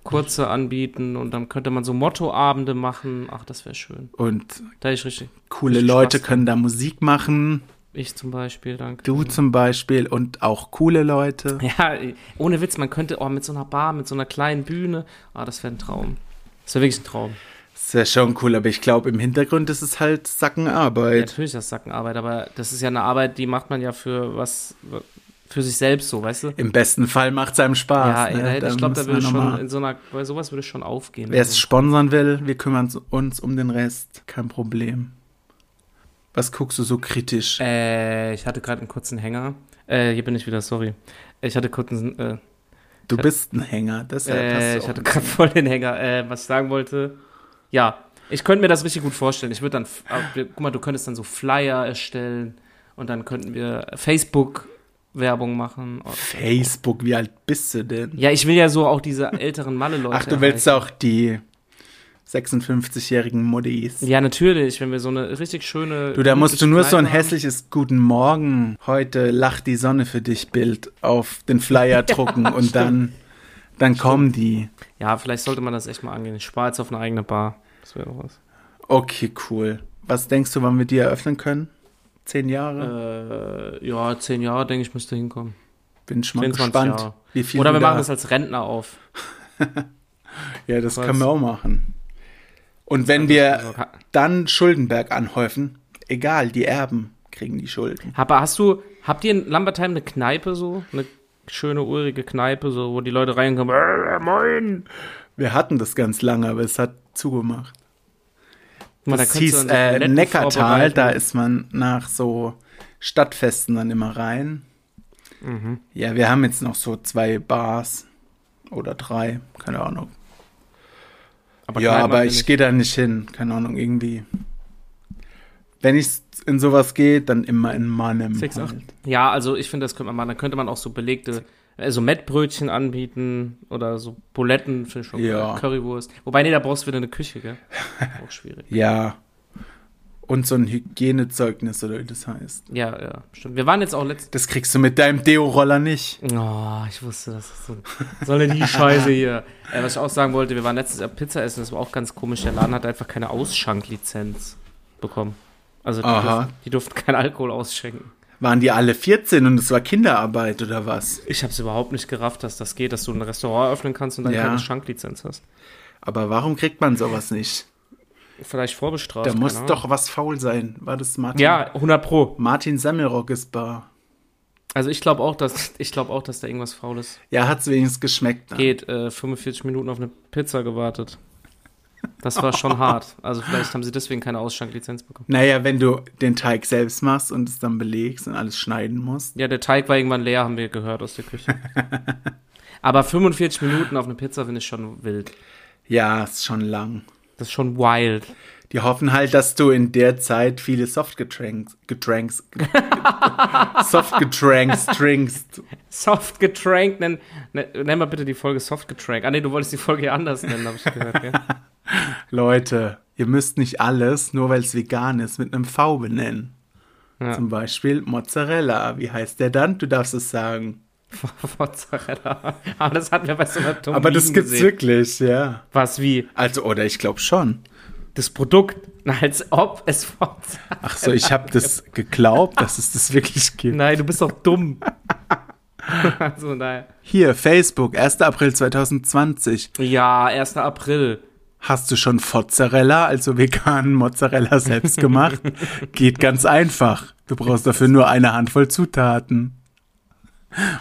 Speaker 1: Kurze anbieten und dann könnte man so Mottoabende machen. Ach, das wäre schön.
Speaker 2: Und
Speaker 1: Da hätte ich richtig.
Speaker 2: coole
Speaker 1: Richtig
Speaker 2: Leute
Speaker 1: Spaß
Speaker 2: können da Musik machen.
Speaker 1: Ich zum Beispiel, danke.
Speaker 2: Du zum Beispiel und auch coole Leute.
Speaker 1: Ja, ohne Witz, man könnte oh, mit so einer Bar, mit so einer kleinen Bühne, ah, das wäre ein Traum. Das wäre wirklich ein Traum.
Speaker 2: Das wäre schon cool, aber ich glaube, im Hintergrund ist es halt
Speaker 1: Ja,
Speaker 2: Sackenarbeit.
Speaker 1: natürlich ist das Sackenarbeit, aber das ist ja eine Arbeit, die macht man ja für was, für sich selbst so, weißt du?
Speaker 2: Im besten Fall macht es einem
Speaker 1: Ja,
Speaker 2: Spaß.
Speaker 1: ey,
Speaker 2: ne?
Speaker 1: da hätte- ich glaube, da
Speaker 2: müssen
Speaker 1: würde
Speaker 2: wir noch
Speaker 1: schon
Speaker 2: mal-
Speaker 1: in so einer, bei sowas würde schon aufgehen.
Speaker 2: Wer es sponsern will, wir kümmern uns um den Rest. Kein Problem. Was guckst du so kritisch?
Speaker 1: Äh, ich hatte gerade einen kurzen Hänger. Äh, hier bin ich wieder, sorry. Ich hatte kurz einen, äh,
Speaker 2: du bist ein Hänger, deshalb
Speaker 1: äh,
Speaker 2: hast
Speaker 1: ich
Speaker 2: du
Speaker 1: hatte
Speaker 2: auch
Speaker 1: gerade voll den Hänger. Äh, was ich sagen wollte, ja, ich könnte mir das richtig gut vorstellen. Ich würde dann, f- ah, wir- guck mal, du könntest dann so Flyer erstellen und dann könnten wir Facebook-Werbung machen.
Speaker 2: Facebook, wie alt bist du denn?
Speaker 1: Ja, ich will ja so auch diese älteren Malle-Leute.
Speaker 2: Ach, du willst auch die 56-jährigen Modis.
Speaker 1: Ja, natürlich, wenn wir so eine richtig schöne.
Speaker 2: Du, da musst du nur so ein
Speaker 1: Kneipe haben.
Speaker 2: hässliches Guten Morgen, heute lacht die Sonne für dich Bild auf den Flyer drucken und dann, dann kommen die.
Speaker 1: Ja, vielleicht sollte man das echt mal angehen. Ich spare jetzt auf eine eigene Bar. Das wäre doch was.
Speaker 2: Okay, cool. Was denkst du, wann wir die eröffnen können? Zehn Jahre?
Speaker 1: Äh, ja, zehn Jahre, denke ich, müsste hinkommen.
Speaker 2: Bin schon mal
Speaker 1: 24
Speaker 2: gespannt.
Speaker 1: Äh, Jahre.
Speaker 2: Wie viel
Speaker 1: Oder
Speaker 2: du
Speaker 1: wir
Speaker 2: da-
Speaker 1: machen das als Rentner auf.
Speaker 2: Ja, das
Speaker 1: Was?
Speaker 2: können wir auch machen. Und wenn wir
Speaker 1: Also, ha-
Speaker 2: dann Schuldenberg anhäufen, egal, die Erben kriegen die Schulden.
Speaker 1: Aber hast du, habt ihr in Lambertheim eine Kneipe so? Eine schöne, urige Kneipe, so, wo die Leute reinkommen. "Äh, Moin!
Speaker 2: Wir hatten das ganz lange, aber es hat zugemacht.
Speaker 1: Guck mal,
Speaker 2: das
Speaker 1: da könntest du
Speaker 2: hieß
Speaker 1: dann so
Speaker 2: äh,
Speaker 1: Buletten
Speaker 2: Neckartal,
Speaker 1: vorbereiten.
Speaker 2: da ist man nach so Stadtfesten dann immer rein.
Speaker 1: Mhm.
Speaker 2: Ja, wir haben jetzt noch so zwei Bars oder drei, keine Ahnung.
Speaker 1: Aber
Speaker 2: ja,
Speaker 1: Kneipen
Speaker 2: aber
Speaker 1: habt ihr
Speaker 2: ich
Speaker 1: nicht.
Speaker 2: gehe da nicht hin, keine Ahnung, irgendwie. Wenn ich in sowas gehe, dann immer in Mannem.
Speaker 1: Sechs, acht.
Speaker 2: halt.
Speaker 1: Ja, also ich finde, das könnte man machen. Dann könnte man auch so belegte, also Mettbrötchen anbieten oder so Buletten für Schokolade,
Speaker 2: Ja.
Speaker 1: Currywurst. Wobei, nee, da brauchst du wieder eine Küche, gell? auch schwierig.
Speaker 2: Ja. Und so ein Hygienezeugnis oder wie das heißt.
Speaker 1: Ja, ja, stimmt. Wir waren jetzt auch letztens.
Speaker 2: Das kriegst du mit deinem Deo-Roller nicht.
Speaker 1: Oh, ich wusste, das ist so, so eine die Scheiße hier. Äh, was ich auch sagen wollte, wir waren letztens am Pizza essen, das war auch ganz komisch. Der Laden hat einfach keine Ausschanklizenz bekommen. Also die,
Speaker 2: Aha.
Speaker 1: durften, die durften keinen Alkohol ausschenken.
Speaker 2: Waren die alle 14 und es war Kinderarbeit oder was?
Speaker 1: Ich habe es überhaupt nicht gerafft, dass das geht, dass du ein Restaurant öffnen kannst und dann
Speaker 2: Ja.
Speaker 1: keine Schanklizenz hast.
Speaker 2: Aber warum kriegt man sowas nicht?
Speaker 1: Vielleicht vorbestraft.
Speaker 2: Da
Speaker 1: keine
Speaker 2: muss
Speaker 1: Ahnung.
Speaker 2: doch was faul sein. War das Martin?
Speaker 1: Ja, 100 pro.
Speaker 2: Martin Semmelrock ist Bar.
Speaker 1: Also ich glaube auch, dass ich glaube auch, dass da irgendwas faules
Speaker 2: Ja, hat's wenigstens geschmeckt. ne?
Speaker 1: geht. Äh, 45 Minuten auf eine Pizza gewartet. Das war schon hart. Also vielleicht haben sie deswegen keine Ausschanklizenz bekommen.
Speaker 2: Naja, wenn du den Teig selbst machst und es dann belegst und alles schneiden musst.
Speaker 1: Ja, der Teig war irgendwann leer, haben wir gehört aus der Küche. Aber 45 Minuten auf eine Pizza finde ich schon wild.
Speaker 2: Ja, ist schon lang.
Speaker 1: Das ist schon wild.
Speaker 2: Die hoffen halt, dass du in der Zeit viele Softgetränks, Getränks, Softgetränks trinkst.
Speaker 1: Soft getrankt, nenn, nenn, nenn mal bitte die Folge Soft getrankt. Ah nee, du wolltest die Folge ja anders nennen, habe ich gehört. Gell?
Speaker 2: Leute, ihr müsst nicht alles, nur weil es vegan ist, mit einem V benennen.
Speaker 1: Ja.
Speaker 2: Zum Beispiel Mozzarella. Wie heißt der dann? Du darfst es sagen.
Speaker 1: Mozzarella. Aber das hatten wir bei so einer dummen
Speaker 2: Aber das
Speaker 1: Meme
Speaker 2: gibt's
Speaker 1: gesehen.
Speaker 2: wirklich, ja.
Speaker 1: Was wie?
Speaker 2: Also, oder ich glaube schon.
Speaker 1: Das Produkt, Na, als ob es Mozzarella.
Speaker 2: Ach so, ich habe das geglaubt, dass es das wirklich gibt.
Speaker 1: Nein, du bist doch dumm. also naja.
Speaker 2: Hier, Facebook, 1. April 2020.
Speaker 1: Ja, 1. April.
Speaker 2: Hast du schon Mozzarella, also veganen Mozzarella selbst gemacht? Geht ganz einfach. Du brauchst dafür nur eine Handvoll Zutaten.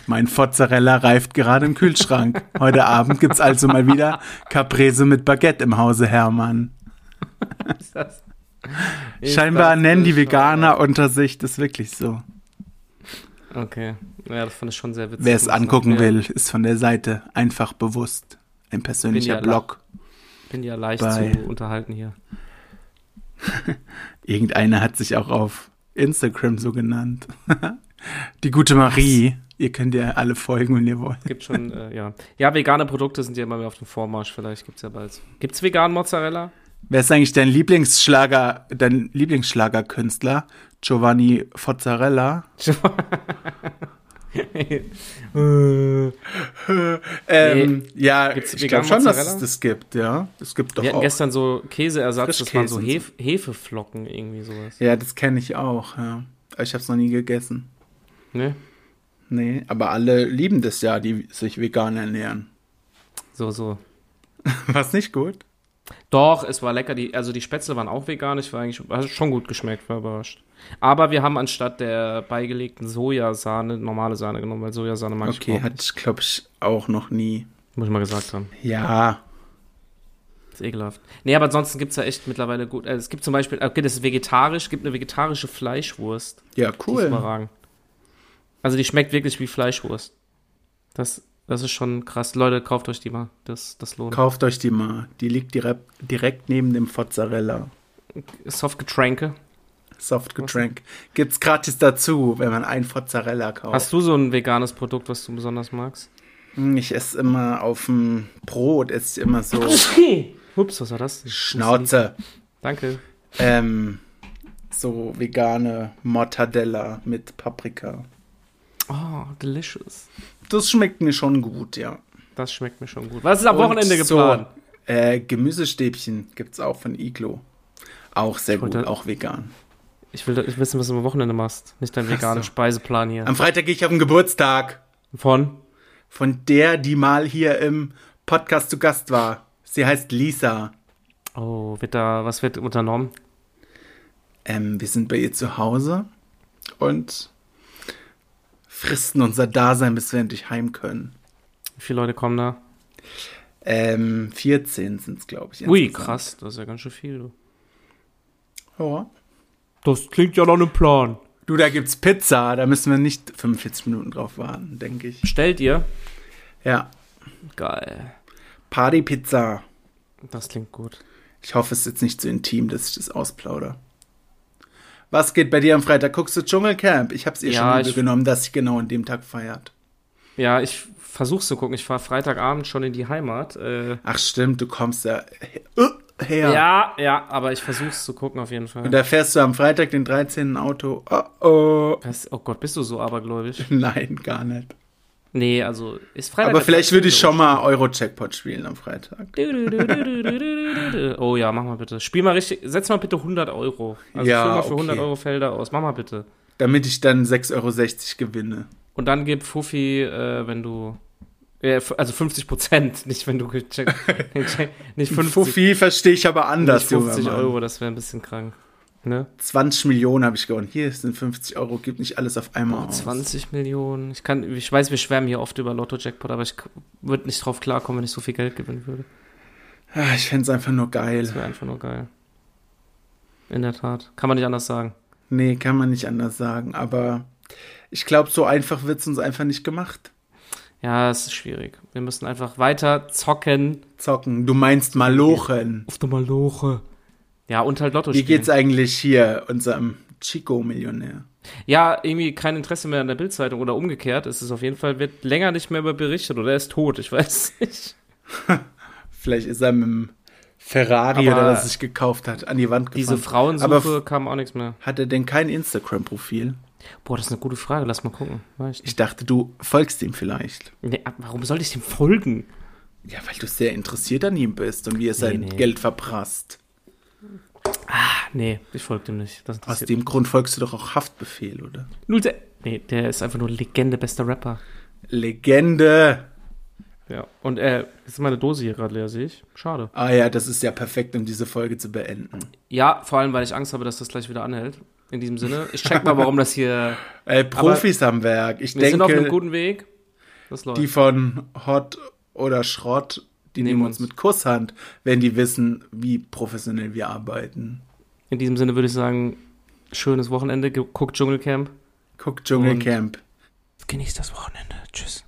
Speaker 2: Mein Mozzarella reift gerade im Kühlschrank. Heute Abend gibt's also mal wieder Caprese mit Baguette im Hause Hermann.
Speaker 1: Ist das, ist
Speaker 2: Scheinbar
Speaker 1: das
Speaker 2: nennen die
Speaker 1: bescheuert?
Speaker 2: Veganer unter sich das wirklich so.
Speaker 1: Okay. Ja, das fand ich schon sehr witzig.
Speaker 2: Wer es angucken
Speaker 1: Ja,
Speaker 2: will, ist von der Seite einfach bewusst. Ein
Speaker 1: ja
Speaker 2: persönlicher
Speaker 1: la-
Speaker 2: Blog.
Speaker 1: Bin ja leicht
Speaker 2: bei-
Speaker 1: zu unterhalten hier.
Speaker 2: Irgendeine hat sich auch auf Instagram so genannt. Die gute Marie. Ihr könnt ihr alle folgen, wenn ihr wollt.
Speaker 1: Gibt schon, äh, ja. Ja, vegane Produkte sind ja immer mehr auf dem Vormarsch. Vielleicht gibt's ja bald. Gibt's vegan Mozzarella?
Speaker 2: Wer ist eigentlich dein Lieblingsschlager, dein Lieblingsschlagerkünstler? Giovanni Fozzarella?
Speaker 1: Äh,
Speaker 2: Ähm, ja,
Speaker 1: Gibt's
Speaker 2: ich
Speaker 1: vegan
Speaker 2: glaube schon, dass
Speaker 1: Mozzarella?
Speaker 2: es das gibt, ja. Es gibt doch
Speaker 1: Wir hatten
Speaker 2: auch.
Speaker 1: gestern so Käseersatz, das waren
Speaker 2: Frischkäse
Speaker 1: so
Speaker 2: und
Speaker 1: Hef Hefeflocken, irgendwie sowas.
Speaker 2: Ja, das kenne ich auch, ja. Aber ich habe es noch nie gegessen.
Speaker 1: Ne?
Speaker 2: Nee, aber alle lieben das ja, die sich vegan ernähren.
Speaker 1: So, so.
Speaker 2: Was nicht gut?
Speaker 1: Doch, es war lecker. Die, also die Spätzle waren auch vegan. Ich war eigentlich hat schon gut geschmeckt, war überrascht. Aber wir haben anstatt der beigelegten Sojasahne normale Sahne genommen, weil Sojasahne mag ich
Speaker 2: Okay,
Speaker 1: überhaupt
Speaker 2: hatte ich, glaube ich, auch noch nie.
Speaker 1: nicht. Muss ich mal gesagt haben.
Speaker 2: Ja.
Speaker 1: Ist ekelhaft. Nee, aber ansonsten gibt es ja echt mittlerweile gut. Also es gibt zum Beispiel, okay, das ist vegetarisch, gibt eine vegetarische Fleischwurst.
Speaker 2: Ja,
Speaker 1: Die ist
Speaker 2: cool.
Speaker 1: überragend. Also die schmeckt wirklich wie Fleischwurst. Das, das ist schon krass. Leute, kauft euch die mal. Das, das lohnt.
Speaker 2: Kauft euch die mal. Die liegt direkt, direkt neben dem Fozzarella.
Speaker 1: Softgetränke.
Speaker 2: Softgetränk. Gibt's gratis dazu, wenn man ein Fozzarella kauft.
Speaker 1: Hast du so ein veganes Produkt, was du besonders magst?
Speaker 2: Hm, Ich esse immer auf dem Brot, esse ich immer so
Speaker 1: Ups, was war das?
Speaker 2: Schnauze.
Speaker 1: Danke.
Speaker 2: Ähm, so vegane Mortadella mit Paprika.
Speaker 1: Oh, delicious.
Speaker 2: Das schmeckt mir schon gut, ja.
Speaker 1: Das schmeckt mir schon gut. Was ist am Wochenende
Speaker 2: Und so,
Speaker 1: geplant?
Speaker 2: äh, Gemüsestäbchen gibt's auch von Iglo. Auch sehr gut,
Speaker 1: wollte-
Speaker 2: auch vegan.
Speaker 1: Ich will ich wissen, was du am Wochenende machst. Nicht deinen
Speaker 2: Ach
Speaker 1: veganen
Speaker 2: so.
Speaker 1: Speiseplan hier.
Speaker 2: Am Freitag gehe ich auf den Geburtstag
Speaker 1: Von?
Speaker 2: von der, die mal hier im Podcast zu Gast war. Sie heißt Lisa.
Speaker 1: Oh, wird da, was wird unternommen?
Speaker 2: Ähm, wir sind bei ihr zu Hause und fristen unser Dasein, bis wir endlich heim können.
Speaker 1: Wie viele Leute kommen da?
Speaker 2: Ähm, 14 sind's, glaube ich.
Speaker 1: Ui,
Speaker 2: insgesamt.
Speaker 1: krass, das ist ja ganz schön viel. Du.
Speaker 2: Ja.
Speaker 1: Das klingt ja nach einem Plan.
Speaker 2: Du, da gibt's Pizza, da müssen wir nicht 45 Minuten drauf warten, denke ich.
Speaker 1: Bestellt ihr?
Speaker 2: Ja,
Speaker 1: Geil.
Speaker 2: Partypizza.
Speaker 1: Das klingt gut.
Speaker 2: Ich hoffe, es ist jetzt nicht zu intim, dass ich das ausplaudere. Was geht bei dir am Freitag? Guckst du Dschungelcamp? Ich hab's ihr
Speaker 1: Ja,
Speaker 2: schon übel
Speaker 1: ich-
Speaker 2: genommen, dass sie genau an dem Tag feiert.
Speaker 1: Ja, ich versuch's zu gucken. Ich fahre Freitagabend schon in die Heimat. Äh,
Speaker 2: Ach stimmt, du kommst ja he- äh, her.
Speaker 1: ja. ja, aber ich versuch's zu gucken auf jeden
Speaker 2: Und
Speaker 1: Fall.
Speaker 2: da fährst du am Freitag den 13. Auto. Oh oh.
Speaker 1: Was, oh Gott, bist du so abergläubisch?
Speaker 2: Nein, gar nicht.
Speaker 1: Nee, also ist Freitag.
Speaker 2: Aber vielleicht würde ich schon mal Euro-Jackpot spielen am Freitag.
Speaker 1: Dududududududududu. Oh ja, mach mal bitte. Spiel mal richtig. Setz mal bitte 100 Euro. Also
Speaker 2: Ja,
Speaker 1: füll mal für
Speaker 2: okay.
Speaker 1: 100 Euro Felder aus. Mach mal bitte.
Speaker 2: Damit ich dann 6,60 Euro gewinne.
Speaker 1: Und dann gib Fuffi, äh, wenn du. Äh, f- also 50 Prozent, nicht wenn du gecheckt. nicht 50,
Speaker 2: Fuffi verstehe ich aber anders,
Speaker 1: nicht
Speaker 2: junger
Speaker 1: 50
Speaker 2: Mann.
Speaker 1: Euro, das wäre ein bisschen krank. Ne?
Speaker 2: 20 Millionen habe ich gewonnen. Hier sind 50 Euro, gib nicht alles auf
Speaker 1: Oh,
Speaker 2: einmal aus.
Speaker 1: 20 Millionen. Ich, kann, ich weiß, wir schwärmen hier oft über Lotto-Jackpot, aber ich würde nicht drauf klarkommen, wenn ich so viel Geld gewinnen würde.
Speaker 2: Ah, ich fände es einfach nur
Speaker 1: Das
Speaker 2: geil.
Speaker 1: wäre einfach nur geil. In der Tat. Kann man nicht anders sagen.
Speaker 2: Nee, kann man nicht anders sagen. Aber ich glaube, so einfach wird es uns einfach nicht gemacht.
Speaker 1: Ja, es ist schwierig. Wir müssen einfach weiter zocken.
Speaker 2: Zocken. Du meinst Malochen.
Speaker 1: Auf der Maloche. Ja, und halt Lotto
Speaker 2: Wie
Speaker 1: spielen.
Speaker 2: geht's eigentlich hier unserem Chico-Millionär?
Speaker 1: Ja, irgendwie kein Interesse mehr an der Bildzeitung oder umgekehrt. Es ist auf jeden Fall, wird länger nicht mehr über berichtet oder er ist tot, ich weiß nicht.
Speaker 2: Vielleicht ist er mit dem Ferrari
Speaker 1: Aber
Speaker 2: oder was er sich gekauft hat, an die Wand gefahren.
Speaker 1: Diese Frauensuche
Speaker 2: Aber f-
Speaker 1: kam auch nichts mehr.
Speaker 2: hat er denn kein Instagram-Profil?
Speaker 1: Boah, das ist eine gute Frage, lass mal gucken. Weiß ich nicht.
Speaker 2: Ich dachte, du folgst ihm vielleicht.
Speaker 1: Nee, ab- warum sollte ich dem folgen?
Speaker 2: Ja, weil du sehr interessiert an ihm bist und wie er sein
Speaker 1: nee.
Speaker 2: Geld verprasst.
Speaker 1: Ah, nee, ich folge dem nicht. Das
Speaker 2: Aus
Speaker 1: interessiert
Speaker 2: dem Grund folgst du doch auch Haftbefehl, oder?
Speaker 1: Null Se- Nee, der ist einfach nur Legende, bester Rapper.
Speaker 2: Legende!
Speaker 1: Ja, und äh, jetzt ist meine Dose hier gerade leer, sehe ich. Schade.
Speaker 2: Ah ja, das ist ja perfekt, um diese Folge zu beenden.
Speaker 1: Ja, vor allem, weil ich Angst habe, dass das gleich wieder anhält. In diesem Sinne. Ich check mal, warum das hier.
Speaker 2: Äh, Profis am Werk. Ich
Speaker 1: Wir sind auf einem
Speaker 2: denke,
Speaker 1: guten Weg. Das läuft.
Speaker 2: die von Hot oder Schrott, die
Speaker 1: Nehmen
Speaker 2: nehmen uns
Speaker 1: uns.
Speaker 2: mit Kusshand, wenn die wissen, wie professionell wir arbeiten.
Speaker 1: In diesem Sinne würde ich sagen, schönes Wochenende, ge- guckt Dschungelcamp.
Speaker 2: Guckt Dschungelcamp.
Speaker 1: Genießt das Wochenende. Tschüss.